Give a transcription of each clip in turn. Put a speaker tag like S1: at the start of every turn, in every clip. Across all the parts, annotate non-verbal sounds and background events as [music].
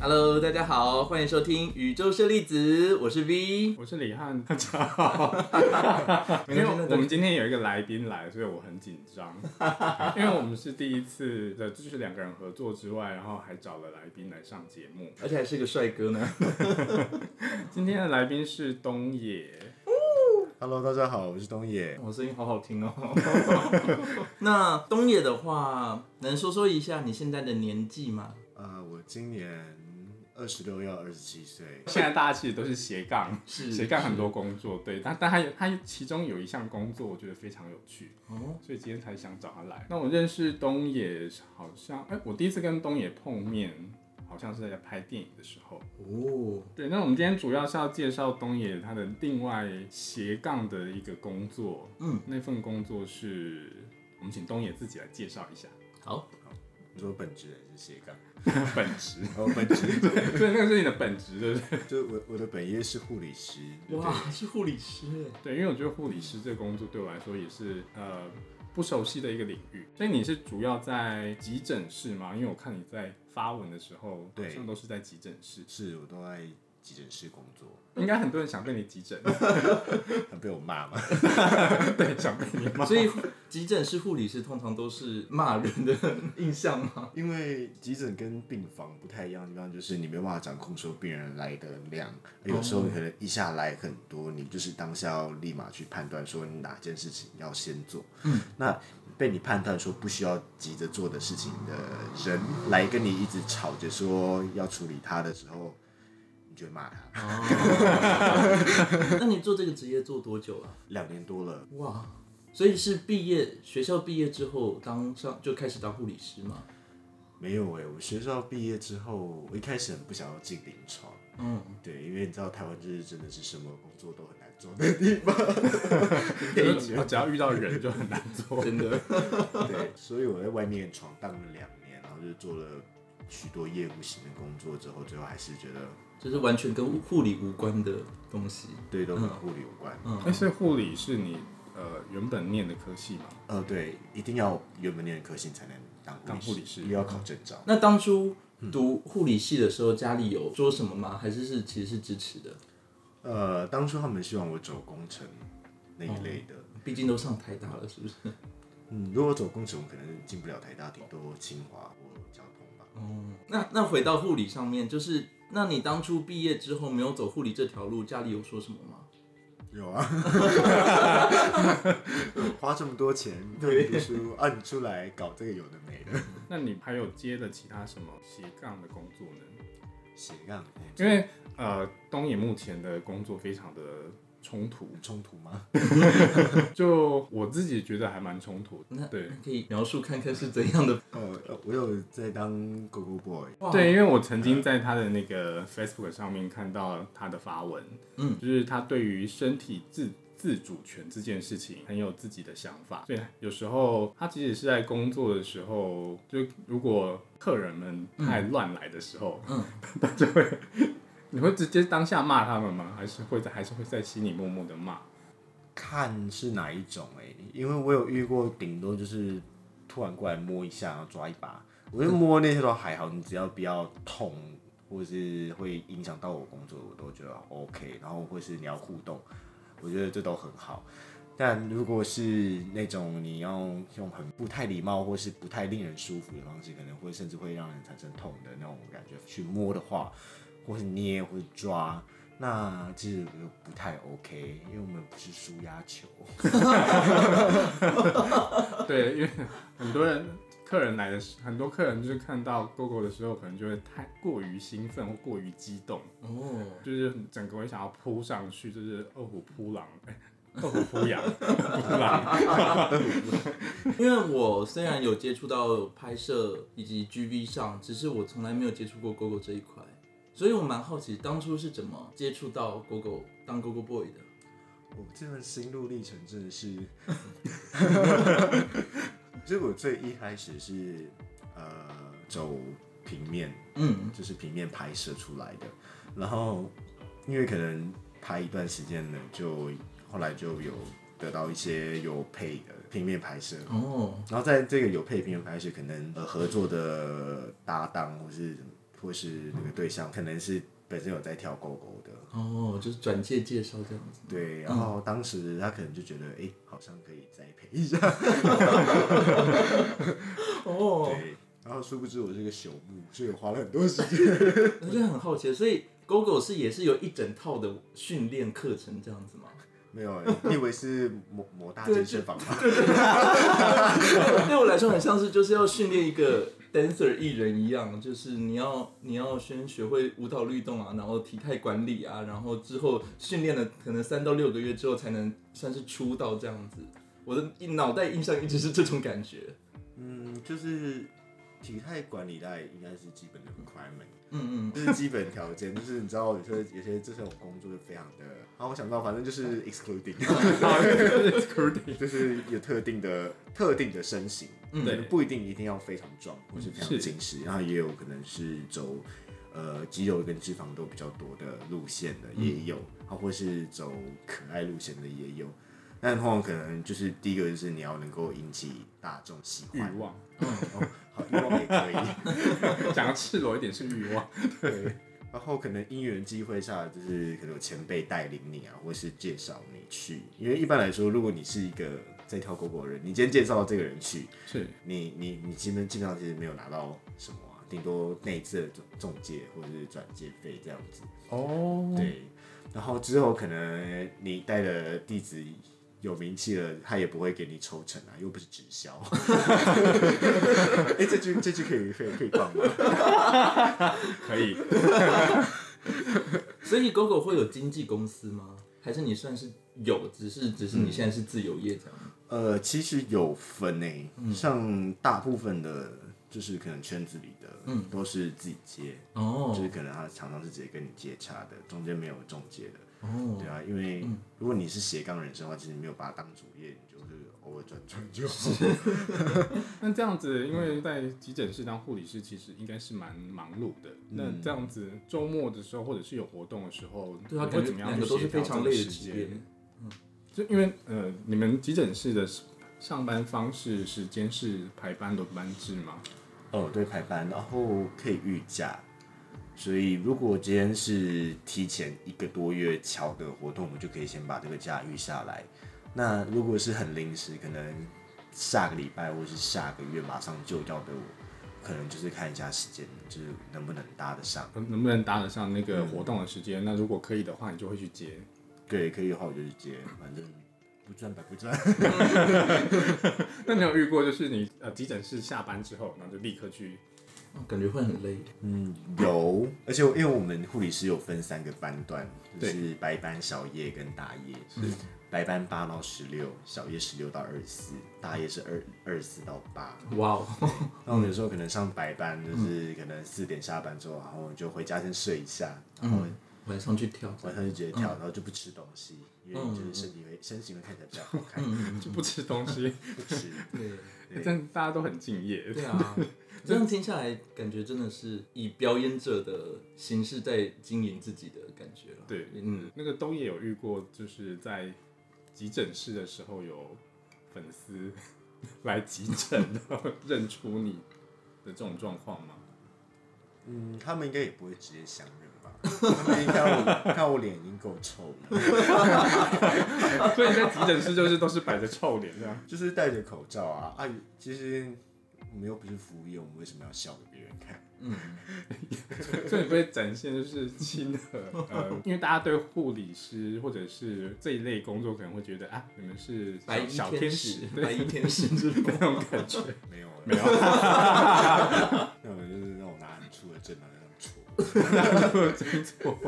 S1: Hello，大家好，欢迎收听宇宙射粒子，我是 V。
S2: 我是李翰，
S1: [laughs]
S2: 大家好。 [laughs] 因为我们今天有一个来宾来，所以我很紧张， [laughs] 因为我们是第一次的，就是两个人合作之外，然后还找了来宾来上节目。
S1: 而且还是个帅哥呢。 [laughs]
S2: 今天的来宾是东野，
S3: Hello，大家好，我是东野。
S1: 我声音好好听哦。 [laughs] 那东野的话，能说说一下你现在的年纪吗？
S3: 呃，我今年二十六要二十七岁，
S2: 现在大家其实都是斜杠，
S1: 是
S2: [laughs] 斜杠很多工作，对，但但他有他其中有一项工作我觉得非常有趣，
S1: 哦，
S2: 所以今天才想找他来。那我认识东野好像，哎、我第一次跟东野碰面，好像是在拍电影的时候。
S1: 哦，
S2: 对，那我们今天主要是要介绍东野他的另外斜杠的一个工作，
S1: 嗯，
S2: 那份工作是我们请东野自己来介绍一下 [laughs]
S1: 好，
S3: 你说本职还是斜杠？
S2: 本职，
S3: [laughs] 哦，本职
S2: 所以那个是你的本职，对不 [laughs] 对？
S3: 就我我的本业是护理师。
S1: 哇，是护理师 [laughs] 哎。
S2: 对，因为我觉得护理师这个工作对我来说也是呃不熟悉的一个领域，所以你是主要在急诊室吗？因为我看你在发文的时候，
S3: 对
S2: 好像都是在急诊室，
S3: 是我都在急诊室工作，
S2: 应该很多人想跟你急诊， [laughs]
S3: 还被我骂嘛？
S2: 对，想跟你骂。
S1: 所以急诊室护理师通常都是骂人的印象 [laughs] 吗？
S3: 因为急诊跟病房不太一样的地方，就是你没办法掌控说病人来的量，有时候可能一下来很多，你就是当下要立马去判断说你哪件事情要先做。嗯，那被你判断说不需要急着做的事情的人来跟你一直吵着说要处理他的时候，你就会骂他。
S1: 那你做这个职业做多久了、
S3: 两年多了，
S1: 哇，所以是毕业学校毕业之后当上就开始当护理师吗？ [laughs]
S3: 没有哎、我学校毕业之后，我一开始很不想要进临床。
S1: 嗯，
S3: 对，因为你知道台湾就是真的是什么工作都很难做的地方，
S2: 就是我只要遇到人就很难做，
S1: 真的。
S3: [laughs] 对，所以我在外面闯荡了两年，然后就做了许多业务型的工作之后，最后还是觉得
S1: 就是完全跟护理无关的东西。
S3: 对都跟护理有关。
S2: [laughs] 哎、所以护理是你呃原本念的科系吗？
S3: 呃，对，一定要原本念的科系才能当
S2: 当护
S3: 护
S2: 理
S3: 理
S2: 师
S3: 又要考证照。
S1: 那当初读护理系的时候，家里有说什么吗？还是是其实是支持的？
S3: 呃，当初他们希望我走工程那一类的。
S1: 毕竟都上台大了，是不是？
S3: 嗯，如果我走工程，我可能进不了台大，顶多清华或交通吧。
S1: 哦那那回到护理上面，就是那你当初毕业之后没有走护理这条路，家里有说什么吗？
S3: 有啊，花这么多钱对读书啊，你出来搞这个有的没的，
S2: 那你还有接了其他什么斜杠的工作呢？
S3: 斜杠哎的工
S2: 因为呃，东野目前的工作非常的冲突，
S3: 作冲突吗？
S2: 就我自己觉得还蛮冲突
S1: 那
S2: 的。对
S1: 那可以描述看看是怎样的？
S3: 呃，呃我有在当 g o g o Boy，
S1: 哇
S2: 对，因为我曾经在他的那个 Facebook 上面看到他的发文，
S1: 嗯，
S2: 就是他对于身体自自主权这件事情很有自己的想法，所以有时候他即使是在工作的时候，就如果客人们太乱来的时候，
S1: 嗯，
S2: [laughs] 他就会，你会直接当下骂他们吗？还是会在还是会在心里默默的骂？
S3: 看是哪一种哎、因为我有遇过，顶多就是突然过来摸一下，然后抓一把，我觉得摸那些都还好，你只要不要痛。或是会影响到我工作，我都觉得 OK。然后或是你要互动，我觉得这都很好。但如果是那种你要用很不太礼貌或是不太令人舒服的方式，可能会甚至会让人产生痛的那种感觉去摸的话，或是捏或是抓，那其实我就不太 OK，因为我们不是输压球。
S2: 对，因
S1: [laughs]
S2: 为很多人客人来的时，很多客人就是看到 GoGo 的时候，可能就会太过于兴奋或过于激动，
S1: 哦，
S2: 就是整个会想要扑上去，就是饿虎扑狼，哎饿虎扑羊，扑
S1: [laughs]
S2: 狼。
S1: 因为我虽然有接触到拍摄以及 GV 上，只是我从来没有接触过 GoGo 这一块，所以我蛮好奇当初是怎么接触到 GoGo 当 GoGo Boy 的。
S3: 我这份心路历程真的是， [laughs] 就是我最一开始是呃走平面，
S1: 嗯，
S3: 就是平面拍摄出来的。然后因为可能拍一段时间呢，就后来就有得到一些有配的平面拍摄，
S1: 哦，
S3: 然后在这个有配平面拍摄，可能呃合作的搭档或是。或是那个对象可能是本身有在跳狗狗的，
S1: 哦，就是转介介绍这样子。
S3: 对，然后当时他可能就觉得，哎、好像可以栽培一下，
S1: 哦，
S3: 对。然后殊不知我是个朽木，所以我花了很多时间。
S1: 我就很好奇，所以 GoGo 是也是有一整套的训练课程这样子吗？
S3: 没有、哎你以为是某某大健身房吗？
S1: [laughs] 对我来说，很像是就是要训练一个 dancer 艺人一样，就是你要你要先学会舞蹈律动啊，然后体态管理啊，然后之后训练了可能三到六个月之后才能算是出道这样子。我的脑袋印象一直是这种感觉。
S3: 嗯，就是体态管理大概应该是基本的 requirement，
S1: 嗯嗯，
S3: 就是基本条件。就是你知道有些有些这种工作就非常的，啊，我想到反正就是 excluding，就是有特定的特定的身形，
S1: 嗯
S3: 可
S2: 对
S3: 能不一定一定要非常壮或是非常
S2: 是
S3: 紧实，然后也有可能是走呃肌肉跟脂肪都比较多的路线的也有，啊，或是走可爱路线的也有。但通常可能就是第一个就是你要能够引起大众喜
S2: 欲
S3: 欢，
S2: 望，
S3: 哦，好，欲望也可以。 [laughs]
S2: 讲得赤裸一点是欲望。
S3: 对，然后可能因缘机会下，就是可能有前辈带领你啊，或是介绍你去。因为一般来说，如果你是一个在跳狗狗的人，你今天介绍这个人去，
S2: 是，
S3: 你你你基本基本上其实没有拿到什么啊，顶多内资的中中介或者是转介费这样子。
S2: 哦，
S3: 对，然后之后可能你带的弟子有名气了，他也不会给你抽成啊，又不是直销。 [laughs] 哎、这句这句可以可以可以放吗？ [laughs]
S2: 可以。
S1: 所以 GoGo 会有经纪公司吗？还是你算是有，只是只是你现在是自由业这样？
S3: 呃，其实有分诶、像大部分的，就是可能圈子里的，嗯，都是自己接，
S1: 哦
S3: 就是可能他常常是直接跟你接洽的，中间没有中介的，
S1: 哦，
S3: 对啊，因为如果你是斜杠人生的话，其实没有把它当主业，你就是偶尔转转就好。
S2: 那这样子，因为在急诊室当护理师，其实应该是蛮忙碌的。那这样子，周末的时候或者是有活动的时候，
S1: 嗯对啊，
S2: 你会
S1: 感觉
S2: 怎么样
S1: 两
S2: 去
S1: 个都
S2: 协
S1: 是非
S2: 调
S1: 常
S2: 这
S1: 累
S2: 个
S1: 的
S2: 时
S1: 职业
S2: 间？。就因为呃，你们急诊室的上班方式、时间是排班轮班制吗？
S3: 哦，对，排班，然后可以预假。所以，如果今天是提前一个多月敲的活动，我们就可以先把这个假预下来。那如果是很临时，可能下个礼拜或是下个月马上就要的，我可能就是看一下时间，就是能不能搭得上。
S2: 能能不能搭得上那
S1: 嗯
S2: 个活动的时间？那如果可以的话，你就会去接。
S3: 对，可以的话我就去接，反正不赚白不赚。
S2: 那你有遇过就是你呃急诊室下班之后，然后就立刻去 [laughs]
S1: 哦感觉会很累。
S3: 有，而且我因为我们护理师有分三个班段，就是白班、小夜跟大夜。是白班八到十六，小夜十六到二十四，大夜是二二十四到八。
S1: 哇哦，
S3: 那我们有时候可能上白班，就是可能四点下班之后，然后就回家先睡一下，
S1: 嗯
S3: 然后
S1: 晚上去跳，
S3: 晚上就直接跳，然后就不吃东西，因为就是身体会身形会看起来比较好看，
S2: 就不吃东西，
S3: 不吃。
S2: [laughs]
S1: 对
S2: 但大家都很敬业。
S1: 对啊，这样听下来，感觉真的是以表演者的形式在经营自己的感觉了。
S2: 对，
S1: 嗯，
S2: 那个东野有遇过，就是在急诊室的时候有粉丝 [laughs] 来急诊，然后认出你的这种状况
S1: [laughs]
S2: 吗？
S3: 嗯，他们应该也不会直接相认吧？他们应该看我看我脸已经够臭了，
S2: 所以你在急诊室就是都是摆着臭脸这样。
S3: 就是戴着口罩啊啊！其实我们又不是服务业，我们为什么要笑给别人看？ [laughs]
S1: 嗯
S2: [laughs] 所以你不会展现就是亲和，呃，因为大家对护理师或者是这一类工作可能会觉得啊，你们是
S1: 白衣
S2: 小天
S1: 使
S2: 使，，
S1: 白
S2: 对
S1: 衣天使之类
S2: 那
S1: 的
S2: 种感觉。
S3: 没有
S2: 没有，
S3: [laughs] 那我就是那种拿很粗的针拿那样戳。
S2: 真错，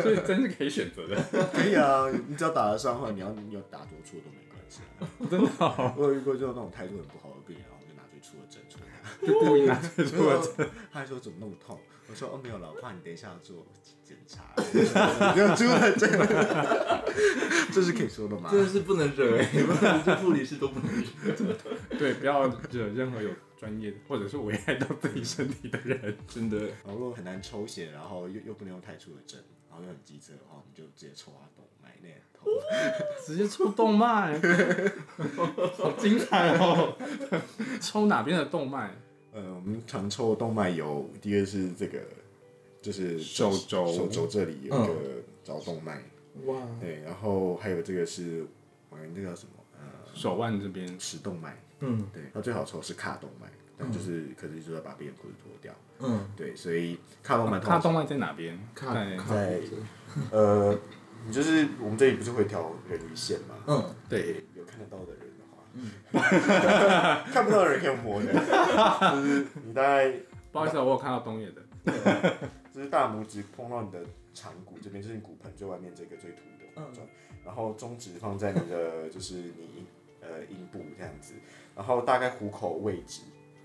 S2: 所以真是可以选择的，
S3: 可以啊，你只要打得上的话，你要你有打多粗都没关系、啊
S2: [laughs] 真的哦、
S3: 我有遇过就是那种态度很不好的病人，然后我就拿最粗的针戳他，
S2: 就故意拿这 [laughs]
S3: 没
S2: 错。
S3: 有他还说怎么那么痛？我说哦没有了，我怕你等一下要做检查， [laughs] 没有粗的针， [laughs] 这是可以说的
S2: [laughs]
S3: 吗？
S1: 真的是不能惹哎、欸，不能这护理师都不能惹。
S2: 对，不要惹任何有专业或者是危害到自己身体的人。
S1: 真的，
S3: 然后如果很难抽血，然后又又不能用太粗的针，然后又很急着的话，我们就直接戳他动脉那个头。
S2: 直接抽动脉，好精彩哦！抽哪边的动脉？
S3: [laughs] 呃，我们常抽动脉有，第二是这个，就是
S2: 手肘嗯
S3: 手肘这里有一个桡动脉，
S1: 哇，哦
S3: 对，然后还有这个是，嗯，这叫什么？呃，
S2: 手腕这边
S3: 尺动脉，
S1: 嗯
S3: 对，那最好抽是髂动脉，但就是、
S2: 嗯
S3: 可是就是要把别人裤子脱掉，
S1: 嗯，
S3: 对，所以髂动脉通
S2: 他
S3: 常
S2: 哦动脉在哪边？
S1: 卡
S2: 在
S1: 卡
S3: 在呃，你就是我们这里不是会条人鱼线吗？ [laughs]
S1: 嗯，
S3: 对，有看得到的人的话，看不到的人可以摸的， [laughs] 就是你大概
S2: 不好意思，我有看到东野的，
S3: 就是大拇指碰到你的长骨这边，就是你骨盆最外面这个最凸的
S1: 嗯
S3: 状，然后中指放在你的就是你呃阴部这样子，然后大概虎口位置，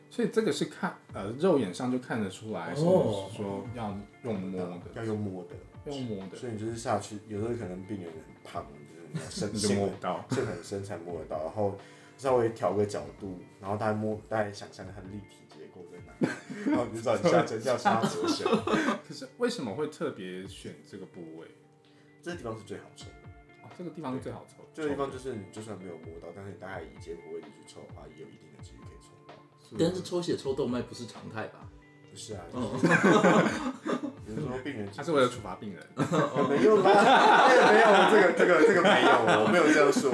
S2: 所以这个是看呃肉眼上就看得出来，是
S1: 哦
S2: 说要用摸的，
S3: 要用摸的，
S2: 用摸的，
S3: 所以你就是下去，有时候可能病人很胖，就是你要伸
S2: [laughs] 你就摸
S3: 伸
S2: 不到。
S3: 是很深才摸得到，然后稍微调个角度，然后大概摸，大概想象它的立体结构在
S2: [laughs]
S3: 哪，然后你就知道你下针要插多深。
S2: 可是为什么会特别选这个部位？
S3: 这个地方是最好抽，
S2: 哦，这个地方是最好抽，
S3: 这个地方就是你就算没有摸到，但是你大概以结果位置去抽的话，也有一定的几率可以抽到。
S1: 但是抽血抽动脉不是常态吧？
S3: 不是啊，
S1: 嗯，
S3: 有时候病人
S2: 他是为了处罚病人，
S3: [laughs] 没有啦，哎没有这个这个这个没有，我没有这样说。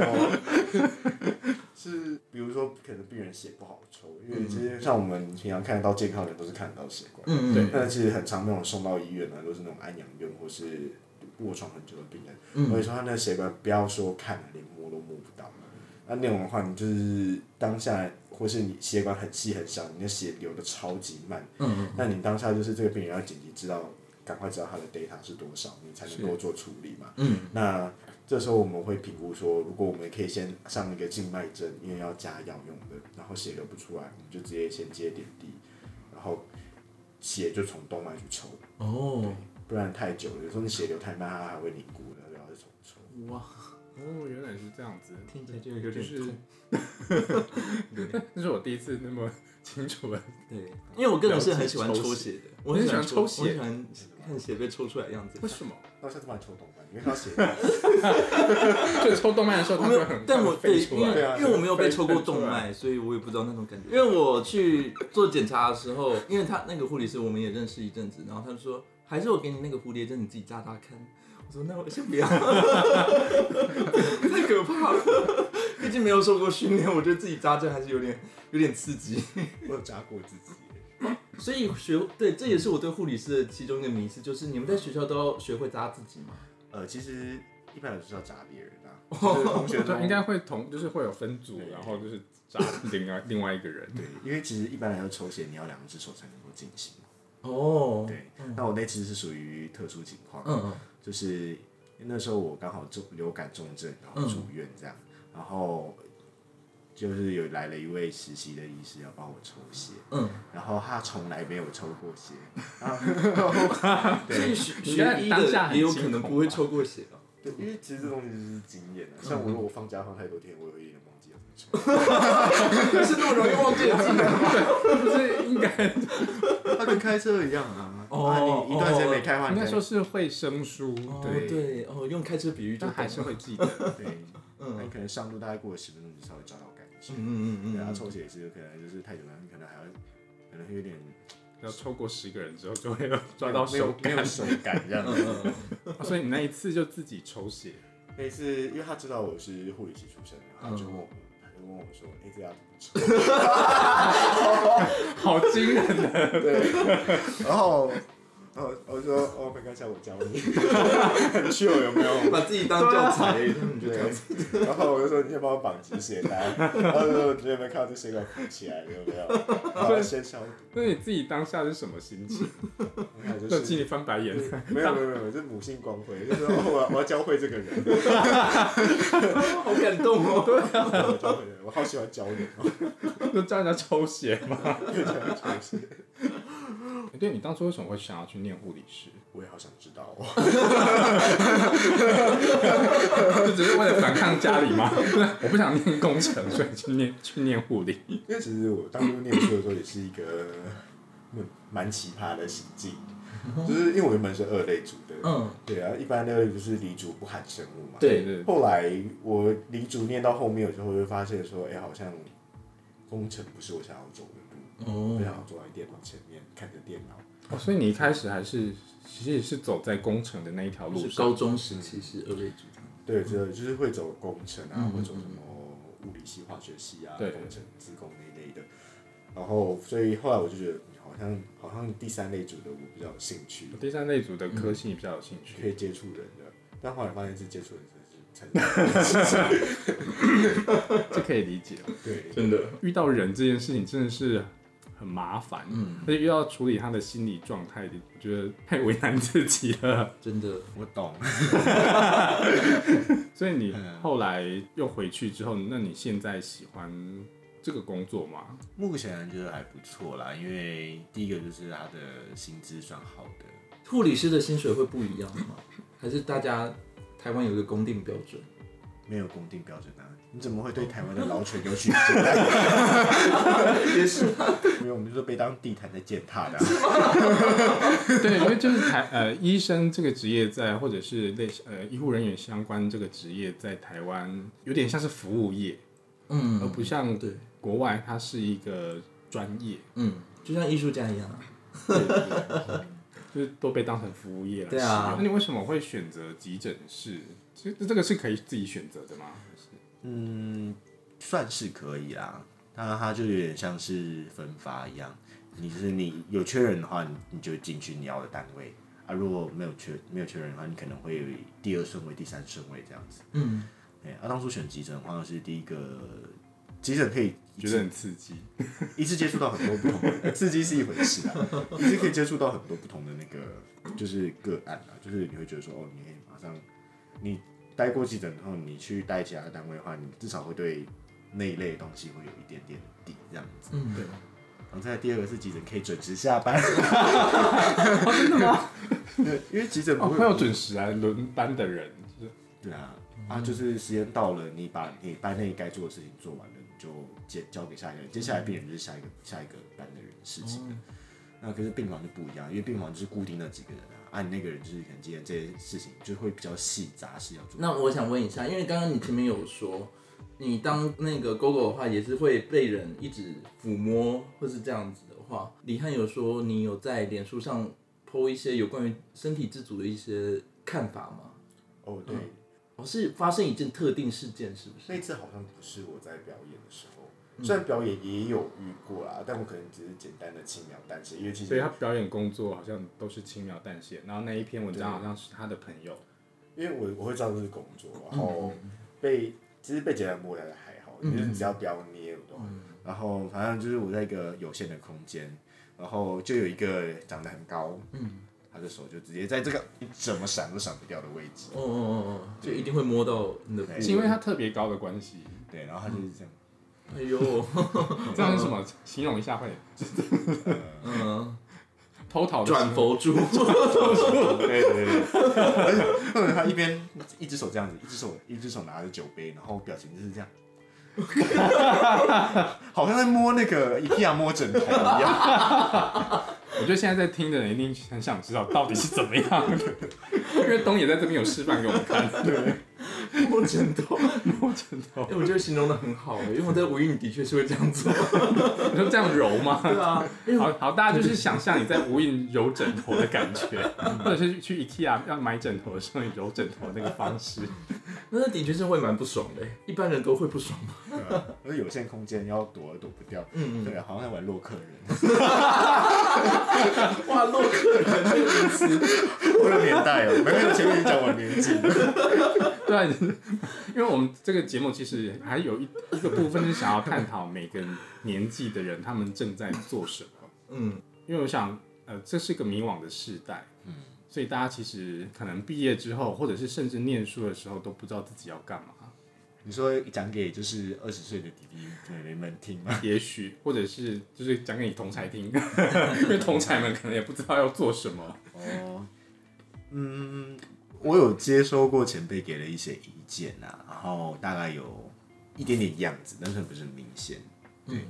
S2: [laughs]
S3: 是，比如说，可能病人血不好抽，因
S2: 嗯
S3: 为其实像我们平常看得到健康的人都是看得到血管，
S1: 嗯，
S2: 对
S3: 但其实很常那种送到医院啊呢，都是那种安养院或是卧床很久的病人。
S1: 嗯
S3: 所以说他那个血管不要说看了，连摸都摸不到。那那种的话，你就是当下或是你血管很细很小，你的血流的超级慢，
S1: 嗯
S3: 那你当下就是这个病人要紧急知道，赶快知道他的 data 是多少，你才能够做处理嘛。
S1: 嗯
S3: 那这时候我们会评估说，如果我们可以先上一个静脉针，因为要加药用的，然后血流不出来，我们就直接先接点滴，然后血就从动脉去抽，
S1: 哦，
S3: 不然太久了，有时候你血流太慢，它还会凝固的，然后再重抽。
S1: 哇，
S2: 哦，原来是这样子，
S1: 听起来就有
S2: 就
S1: 点
S2: 是
S1: 痛。，
S2: [laughs] 那是我第一次那么清楚的，
S1: 对，因为我个人是很喜欢抽血的，我很喜欢
S2: 你很喜
S1: 我很喜
S2: 欢
S1: 欢看血被抽出来的样子
S2: 为。什么？
S3: 那我下次帮你抽动脉，你会看到血流。
S2: [laughs] 就抽动脉的时候，
S1: 我
S2: 它
S1: 没
S2: 会
S1: 有
S2: 很，
S1: 但我
S2: 它会
S1: 对，
S2: 飞出
S1: 因
S2: 来
S1: 为
S3: 对啊
S1: 因为我没有被
S2: 飞
S1: 抽过
S2: 飞出
S1: 动
S2: 来
S1: 脉，所以我也不知道那种感觉。因为我去做检查的时候，因为他那个护理师我们也认识一阵子，然后他就说，还是我给你那个蝴蝶针，你自己扎扎看。我说那我先不要， [laughs] 太可怕了，毕竟没有受过训练，我觉得自己扎针还是有点有点刺激。
S3: 我有扎过自己耶，
S1: 所以学对，这也是我对护理师的其中一个迷思，就是你们在学校都要学会扎自己嘛。
S3: 呃，其实一般人是要扎别人 [laughs] 啊，就是同学都
S2: 对，应该会同，就是会有分组，然后就是扎另外 [laughs] 另外一个人。
S3: 对，因为其实一般来说抽血你要两只手才能够进行。
S1: 哦，
S3: 对，那我那次是属于特殊情况，
S1: 嗯嗯
S3: 就是那时候我刚好重流感重症，然后住院这样，然后就是有来了一位实习的医师要帮我抽血，
S1: 嗯，
S3: 然后他从来没有抽过血，
S1: 所以学
S2: 应该
S1: 学医
S2: 当下
S1: 的
S2: 很
S1: 也有可
S2: 惊
S1: 能
S2: 恐
S1: 不会
S2: 吧
S1: 抽过血 [laughs] 啊。
S3: 对，因为其实这东西就是经验啊，像我如果放假放太多天，我有一点忘记要怎么
S1: 是那么容易忘记的技能？
S2: 不是应该
S3: 抽，它跟开车一样啊，
S1: 哦
S3: 啊你一段时间没开的话，
S2: 应
S3: 你
S2: 该
S3: 再
S2: 说是会生疏，
S1: 哦，
S2: 对，
S1: 对，哦，用开车比喻就
S2: 但还是
S1: 懂了
S2: 会记得。
S3: 对，那你
S1: 嗯
S3: 可能上路大概过了十分钟，你就稍微抓到感觉
S1: 嗯，嗯嗯
S3: 对啊，
S1: 嗯，
S3: 抽血也是有可能就是太久了，你可能还要可能会有点
S2: 要超过十个人之后，就 [laughs] 会有抓到
S3: 没有
S2: 手
S3: 没有
S2: [laughs] 感。
S3: 手感这样子。
S1: 嗯嗯
S2: 哦所以你那一次就自己抽血，
S3: 那一次，因为他知道我是护理系出身，然后他就问我，他就问我说：“哎、这要怎么
S2: 好惊人的，
S3: 抽？”对，然后，然后我说：“哦，没关系，我教你。”很 chill 有没
S1: 嗯，[laughs]
S3: 有？
S1: 把自己当教材，你就这样子
S3: 对， [laughs] 然后我就说：“你先帮我绑止血 [laughs] 带。”然后就说：“你有没有看到这血管浮起来了？有
S1: [laughs]
S3: 没有？”然后先消毒，
S2: 那你自己当下是什么心 [laughs] 情？
S3: 我看就
S2: 就心里
S3: 是。
S2: 翻白眼。
S3: 没有没有没有，这母性光辉，就是哦 [laughs] 我要我要教会这个人， [laughs]
S1: [laughs] 好感动哦。
S3: 我要教会人，我好喜欢教人 [laughs] 哦，
S2: 就叫人家抽血嘛。
S3: 越教越抽血。
S2: [laughs] 对你当初为什么会想要去念护理师？
S3: 我也好想知道哦。
S2: [laughs] 就只是为了反抗家里吗？ [laughs] 我不想念工程，所以去念去念护理。
S3: 因为其实我当初念书的时候也是一个嗯蛮奇葩的行径，就是因为我原本是二类组的，
S1: 嗯，
S3: 对啊，一般二类组就是理组不含生物嘛。
S1: 对
S2: 对，
S3: 后来我理组念到后面，有时候会发现说，哎、好像工程不是我想要走的路，
S1: 哦
S3: 我，想要坐在电脑前面看着电脑。
S2: 哦，所以你一开始还是其实是走在工程的那一条路
S1: 是
S2: 上，
S1: 高中时期是二类组的，
S3: 对，这就是会走工程啊，
S1: 嗯
S3: 会走什么物理系、化学系啊，
S2: 对
S3: 工程、自工那一类的。然后，所以后来我就觉得，好像好像第三类组的我比较有兴趣，
S2: 第三类组的科系比较有兴趣。
S3: 嗯可以接触人的。但后来发现是接触人才是才 [laughs] 是
S2: 这可以理解。
S3: 对，
S1: 真的
S2: 遇到人这件事情真的是很麻烦，
S1: 嗯
S2: 而且又要处理他的心理状态，我觉得太为难自己
S3: [laughs]
S2: 了。
S1: 真的
S3: 我懂。
S2: 所以你后来又回去之后，那你现在喜欢这个工作吗？
S3: 目前觉得还不错啦，因为第一个就是他的薪资算好的，
S1: 护理师的薪水会不一样吗？还是大家台湾有一个公定标准？
S3: 没有公定标准啊。你怎么会对台湾的劳权有取舍？ [laughs]
S1: 也是，
S3: 没有，我们就是被当地毯在践踏的啊、嗯
S2: 对，因为就是台呃医生这个职业在，或者是类似呃医护人员相关这个职业在台湾有点像是服务业，而
S1: 嗯，
S2: 不像
S1: 对，
S2: 国外它是一个专业，
S1: 嗯，就像艺术家一样啊，
S2: 对对对就是都被当成服务业来
S1: 对啊
S2: 使用那你为什么会选择急诊室？其实这个是可以自己选择的吗？还是
S3: 嗯，算是可以啦。那它就有点像是分发一样，你就是你有缺人的话，你你就进去你要的单位啊。如果没有缺没有缺人的话，你可能会有第二顺位、第三顺位这样子。
S1: 嗯，
S3: 哎、啊，当初选急诊的话是第一个，急诊可以一
S2: 觉
S3: 次
S2: 得很刺激？
S3: 一次接触到很多不同的刺激是一回事啊，一次可以接触到很多不同的那个就是个案啊，就是你会觉得说哦，你可以马上你待过急诊后，你去待其他单位的话，你至少会对那一类的东西会有一点点底这样子。
S1: 嗯
S2: 对，
S3: 然后再来第二个是急诊可以准时下班， [laughs] 哦真的吗？对，因为急诊不
S2: 哦，
S3: 会
S2: 会有准时来轮班的人，就是
S3: 对啊，啊，就是时间到了，你把你班内该做的事情做完了，你就接交给下一个人，接下来病人就是下一个下一个班的人的事情了。那可是病房就不一样，因为病房就是固定那几个人啊，啊，你那个人就是可能今天这件事情就会比较细杂事要做。
S1: 那我想问一下，因为刚刚你前面有说，你当那个狗狗的话，也是会被人一直抚摸或是这样子的话，李汉有说你有在脸书上 po 一些有关于身体自主的一些看法吗？
S3: 哦，对，
S1: 哦，是发生一件特定事件，是不是？
S3: 那次好像不是我在表演的时候，虽然表演也有遇过啦，但我可能只是简单的轻描淡写，因为其
S2: 所以他表演工作好像都是轻描淡写，然后那一篇文章好像是他的朋友，
S3: 因为我我会知道这是工作，然后被其实被简单摸来的还好，就是只要不要捏我都好。然后反正就是我在一个有限的空间，然后就有一个长得很高，
S1: 嗯，
S3: 他的手就直接在这个你怎么闪都闪不掉的位置，
S1: 哦哦哦哦，就一定会摸到你的部位。
S2: 是因为他特别高的关系。
S3: 对，然后他就是这样，
S1: 哎 [laughs] 呦，
S2: 这样是什么？形容一下会
S1: 嗯，
S2: 偷桃的
S1: 转
S2: 心
S1: 佛 [laughs] 珠，
S3: 对对对，而且他一边一只手这样子，一只手一只手拿着酒杯，然后表情就是这样。 [laughs] 好像在摸那个一定要摸枕头一样， [laughs]
S2: 我觉得现在在听的人一定很想知道到底是怎么样的， [laughs] 因为东野在这边有示范给我们 [laughs] 看，
S1: 摸枕头。
S2: 摸枕头
S1: 哎、，我觉得形容的很好、欸因为我在无印的确是会这样做。
S2: [laughs] 你说这样揉吗？
S1: 对啊，因为
S2: 啊好好，大家就是想象你在无印揉枕头的感觉， [laughs] 或者是去 IKEA 要买枕头的时候，你揉枕头那个方式。
S1: [laughs] 那的确是会蛮不爽的，欸一般人都会不爽吧。
S3: 而且有限空间要躲也躲不掉，
S1: 嗯
S3: 对，好像在玩洛克人。 [laughs]
S1: 嗯，哇，洛克人这个名词，
S3: 我有年代哦，没有前面讲我年纪。 [laughs]
S2: 对啊，因为我们这个节目其实还有一一个部分是想要探讨每个年纪的人他们正在做什么，
S1: 嗯，
S2: 因为我想，呃，这是一个迷惘的时代，嗯，所以大家其实可能毕业之后，或者是甚至念书的时候，都不知道自己要干嘛。
S3: 你说讲给就是二十岁的弟弟妹妹们听吗？
S2: 也许，或者是就是讲给你同才 [laughs] 听，因为同才们可能也不知道要做什么。
S3: 哦，嗯，我有接收过前辈给的一些意见啊，然后大概有一点点样子，但是不是很明显。对，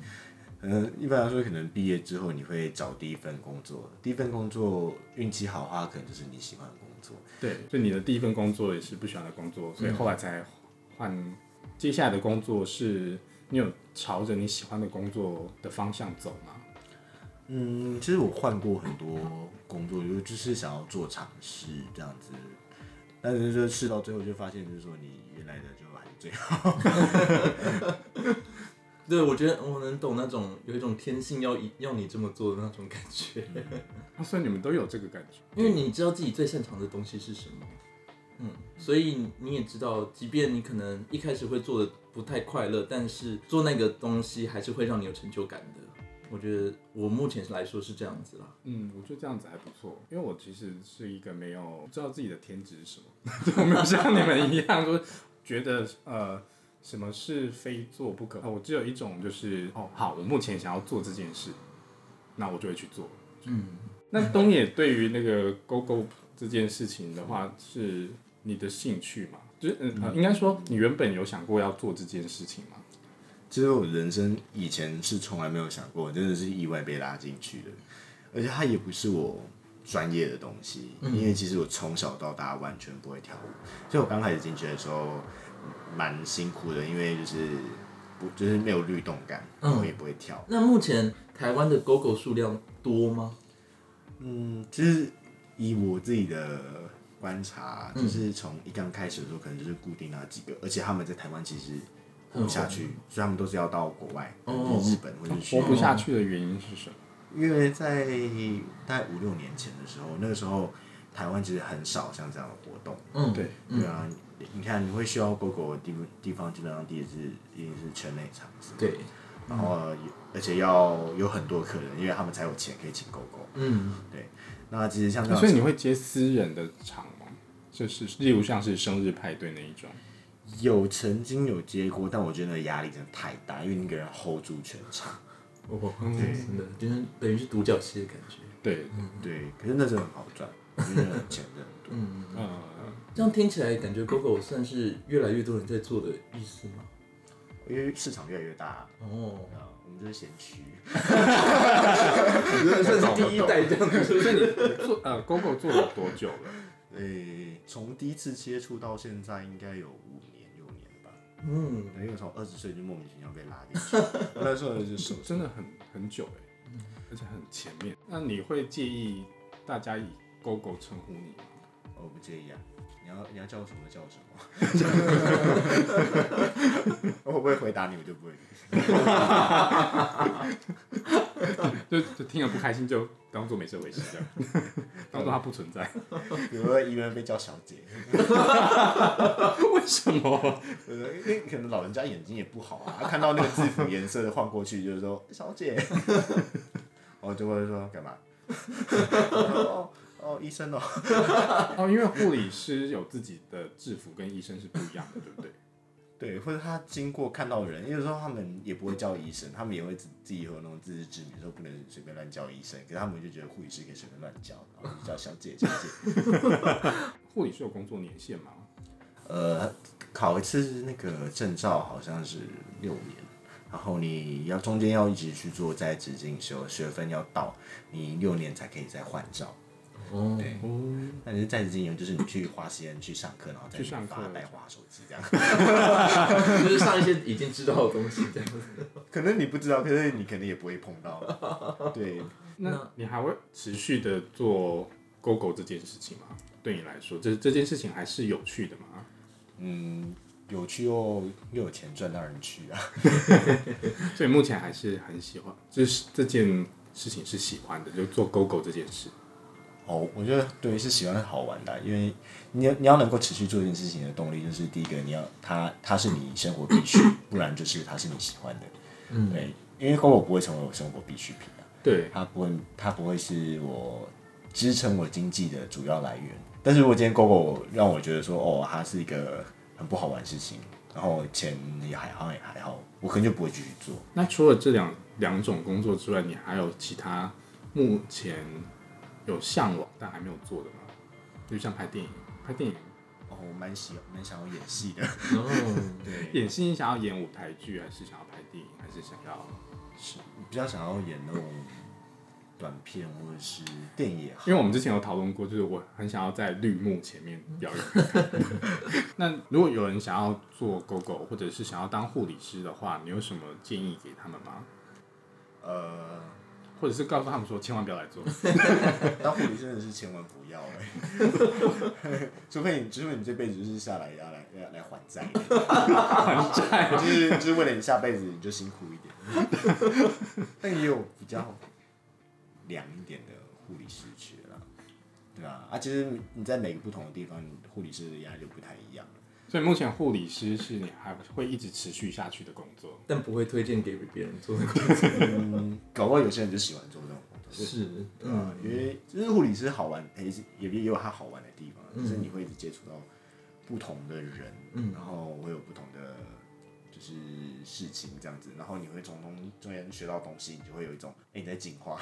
S3: 嗯，一般来说，可能毕业之后你会找第一份工作，第一份工作运气好的话，可能就是你喜欢的工作。
S2: 对，就你的第一份工作也是不喜欢的工作，所以后来才换接下来的工作是，你有朝着你喜欢的工作的方向走吗？
S3: 嗯，其实我换过很多工作，就就是想要做尝试这样子，但是就试到最后就发现，就是说你原来的就还是最好。
S1: 对，我觉得我能懂那种有一种天性要一要你这么做的那种感觉，
S2: 啊所以你们都有这个感觉。
S1: [laughs] 因为你知道自己最擅长的东西是什么，嗯，所以你也知道，即便你可能一开始会做的不太快乐，但是做那个东西还是会让你有成就感的。我觉得我目前来说是这样子啦，
S2: 嗯，我觉得这样子还不错，因为我其实是一个没有知道自己的天职是什么， [laughs] 我没有像你们一样说觉得呃什么是非做不可。呃我只有一种就是哦，好，我目前想要做这件事，那我就会去做。
S1: 嗯。
S2: 那东野对于那个勾勾这件事情的话，是你的兴趣吗？就是嗯，呃应该说你原本有想过要做这件事情吗？
S3: 其实我人生以前是从来没有想过，真的是意外被拉进去的，而且它也不是我专业的东西，因为其实我从小到大完全不会跳舞，所以我刚开始进去的时候蛮辛苦的，因为就是不就是没有律动感，然后也不会跳。
S1: 那目前台湾的狗狗数量多吗？
S3: 嗯，就是以我自己的观察，就是从一刚开始的时候，可能就是固定那几个，而且他们在台湾其实活不下去，所以他们都是要到国外，
S1: 哦
S3: 就是日本或者是去
S2: 嗯活不下去的原因是什么？
S3: 因为在大概五六年前的时候，那个时候台湾其实很少像这样的活动，
S1: 嗯，
S2: 对，
S3: 对啊，你你看你会需要狗狗的地地方，基本上第一是一定是圈内场子，
S1: 对，
S3: 然后有而且要有很多客人，因为他们才有钱可以请狗狗。
S1: 嗯，
S3: 那其实像这
S2: 所以
S3: 样
S2: 你会接私人的场吗？就是例如像是生日派对那一种，
S3: 有曾经有接过，但我觉得那个压力真的太大，因为你一个人 hold 住全场。
S1: 哦，真的，就是等于是独角戏的感觉。
S2: 对，
S3: 对，可是那真的很好赚，我觉得那个钱真的很多。
S1: 嗯，
S2: 呃，
S1: 这样听起来感觉 GoGo 算是越来越多人在做的意思吗？
S3: 因为市场越来越大，
S1: 哦，
S3: 啊，我们就是闲区。
S1: 算是第一代这样子。
S2: 所以你做呃 GoGo 做了多久了？ [laughs]
S3: 诶、从第一次接触到现在，应该有五年六年吧。
S1: 嗯，
S3: 因为从二十岁就莫名其妙被拉 [laughs] 进去，那时候就是手
S2: 真的很很久哎、而且很前面。那你会介意大家以 GoGo 称呼你吗？
S3: 我不介意啊。你要你要叫什么叫什么， [laughs] 我会不会回答你，我就不会。
S2: 就就听了不开心，就当做没这回事这样，当做它不存在。
S3: 比如说，一个人被叫小姐，
S2: [laughs] 为什么？
S3: 对不对因为可能老人家眼睛也不好啊，他看到那个制服颜色的晃过去，就是说小姐，我就会说干嘛？哦哦，医生哦，
S2: 哦，因为护理师有自己的制服，跟医生是不一样的，对不对？
S3: 对，或者他经过看到人，因为有时候他们也不会叫医生，他们也会自自己有那种自知之明，说不能随便乱叫医生，可是他们就觉得护理师可以随便乱叫，然后就叫小姐小姐。
S2: 护理师有工作年限吗？
S3: 呃，考一次那个证照好像是六年，然后你要中间要一直去做在职进修，学分要到，你六年才可以再换照。
S1: 哦，
S2: 哦，
S3: 但是在职进修就是你去花时间去上课，然后再
S2: 去上
S3: 发
S2: 课
S3: 呆划手机这样。
S1: 就是上一些已经知道的东西这样子。
S3: 可能你不知道，可是你可能也不会碰到。对，
S2: 那你还会持续的做 GoGo 这件事情吗？对你来说，这这件事情还是有趣的吗？
S3: 嗯，有趣又又有钱赚，当然去啊。
S2: 所以目前还是很喜欢，就是这件事情是喜欢的，就做 GoGo 这件事。
S3: 哦，我觉得对是喜欢好玩的啊，因为你要你要能够持续做一件事情的动力，就是第一个你要它它是你生活必需，不然就是它是你喜欢的。嗯，对，因为狗狗不会成为我生活必需品啊，
S2: 对，
S3: 它不会它不会是我支撑我经济的主要来源。但是如果今天狗狗让我觉得说哦，它是一个很不好玩的事情，然后钱也还好也还好，我可能就不会继续做。
S2: 那除了这两两种工作之外，你还有其他目前有向往但还没有做的吗？就像拍电影，拍电影，
S3: 哦，我蛮喜蛮想要演戏的。
S1: 哦，
S3: 对，
S2: 演戏你想要演舞台剧，还是想要拍电影，还是想要？
S3: 比较想要演那种短片或者是电影也好。
S2: 因为我们之前有讨论过，就是我很想要在绿幕前面表演。那如果有人想要做狗狗，或者是想要当护理师的话，你有什么建议给他们吗？
S3: 呃，
S2: 或者是告诉他们说千万不要来做。
S3: 当护理真的是千万不要哎、 [laughs] 除非你，除非你这辈子就是下来要来要来还债，还债，就是就是为了你下辈子你就辛苦一点。但也有比较凉一点的护理师缺啦，对啊，啊，其实你在每个不同的地方，你护理师的压力就不太一样。
S2: 所以目前护理师是你还会一直持续下去的工作。
S1: 但不会推荐给别人做。
S3: 嗯，搞不好有些人就喜欢做这种工作，
S1: 是，嗯
S3: 对啊，因为就是护理师好玩，也是也也有它好玩的地方，就是你会一直接触到不同的人，
S1: 嗯
S3: 然后会有不同的就是事情这样子，然后你会从中中间学到东西，你就会有一种哎、你在进化，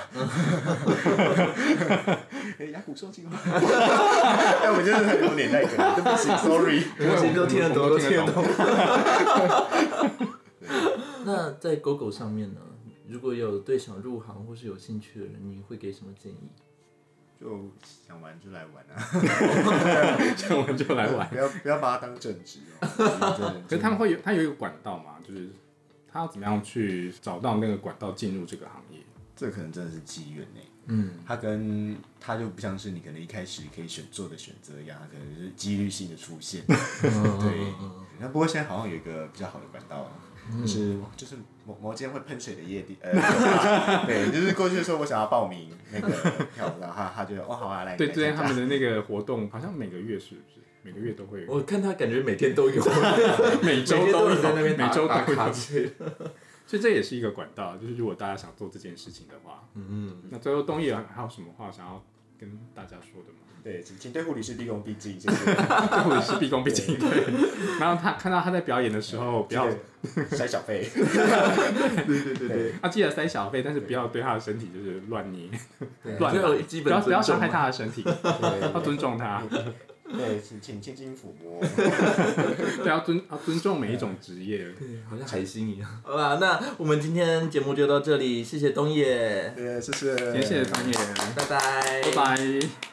S3: 哎牙骨兽进化，哎我真的很有年代感，对不起，sorry，
S1: 没关系都听得懂
S2: 我
S1: 都
S2: 们都
S1: 听得
S2: 懂。
S1: 那在狗狗上面呢？如果有对想入行或是有兴趣的人，你会给什么建议？
S3: 就想玩就来玩啊。
S2: 这样我们就来玩。
S3: 不要不要把它当正职哦。对
S2: 可是他们会有，他有一个管道嘛，就是他要怎么样去找到那个管道进入这个行业。
S3: 这可能真的是机缘呢。
S1: 嗯，
S3: 他跟他就不像是你可能一开始可以选做的选择一样，它可能就是几率性的出现。对，那不过现在好像有一个比较好的管道，啊就是就是某某间会喷水的夜店，呃，对，就是过去说我想要报名那个跳舞，然后他他就哦好啊来，
S2: 对，
S3: 来
S2: 之前他
S3: 参加
S2: 们的那个活动好像每个月是不是？每个月都会有，
S1: 我看他感觉每天都有，
S2: [laughs] 每
S1: 每
S2: 周
S1: 天
S2: 都
S1: 有
S2: 有
S1: 在那边打
S2: 每周都
S1: 打卡
S2: 有，
S1: 之类的
S2: [laughs] 所以这也是一个管道。就是如果大家想做这件事情的话，
S1: 嗯，
S2: 那最后东野还有什么话想要跟大家说的吗？
S3: 对，请请对护理师毕恭毕敬，谢谢，
S2: 或者是毕恭毕敬。对，然后他看到他在表演的时 [laughs] 候，不要
S3: 塞小费，
S1: 对对对
S2: 啊，记得塞小费，但是不要对他的身体就是乱捏，
S1: 对，
S2: 乱
S1: 就
S2: 来
S1: 有基
S2: 不
S1: 本
S2: 要不要
S1: 尊重
S2: 伤害
S1: 嘛
S2: 他的 [laughs] 身体，要尊重他，啊
S3: 对，请请轻轻抚摸。
S2: 对，要尊要尊重每一种职业。
S1: 对，好像海星一样。好啦，那我们今天节目就到这里，谢谢东野，
S3: 对，谢谢，
S2: 今天谢谢张野，
S1: 拜拜，
S2: 拜拜。